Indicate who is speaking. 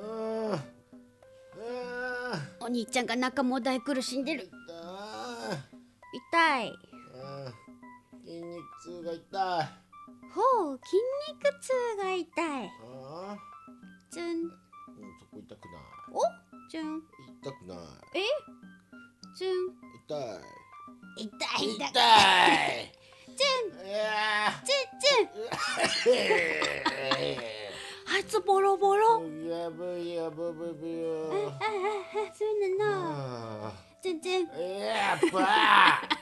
Speaker 1: うわあうわあ
Speaker 2: お兄ちゃんが中も大苦しんでる
Speaker 1: あ
Speaker 2: 痛い
Speaker 1: ーあー筋肉痛が痛い
Speaker 2: ほう筋肉痛が痛い
Speaker 1: あ
Speaker 2: チュン
Speaker 1: ーうんそこ痛くな
Speaker 2: おチュン
Speaker 1: い痛くない
Speaker 2: えチュン
Speaker 1: 痛
Speaker 2: 痛
Speaker 1: い
Speaker 2: い痛
Speaker 1: 痛い
Speaker 2: い
Speaker 1: チンうわ
Speaker 2: チュンチュン
Speaker 1: ya,
Speaker 2: あいつボロボロ
Speaker 1: やばいやばいやばい
Speaker 2: 哎ああああそうなの
Speaker 1: や
Speaker 2: 全然
Speaker 1: Ya, ばいやばい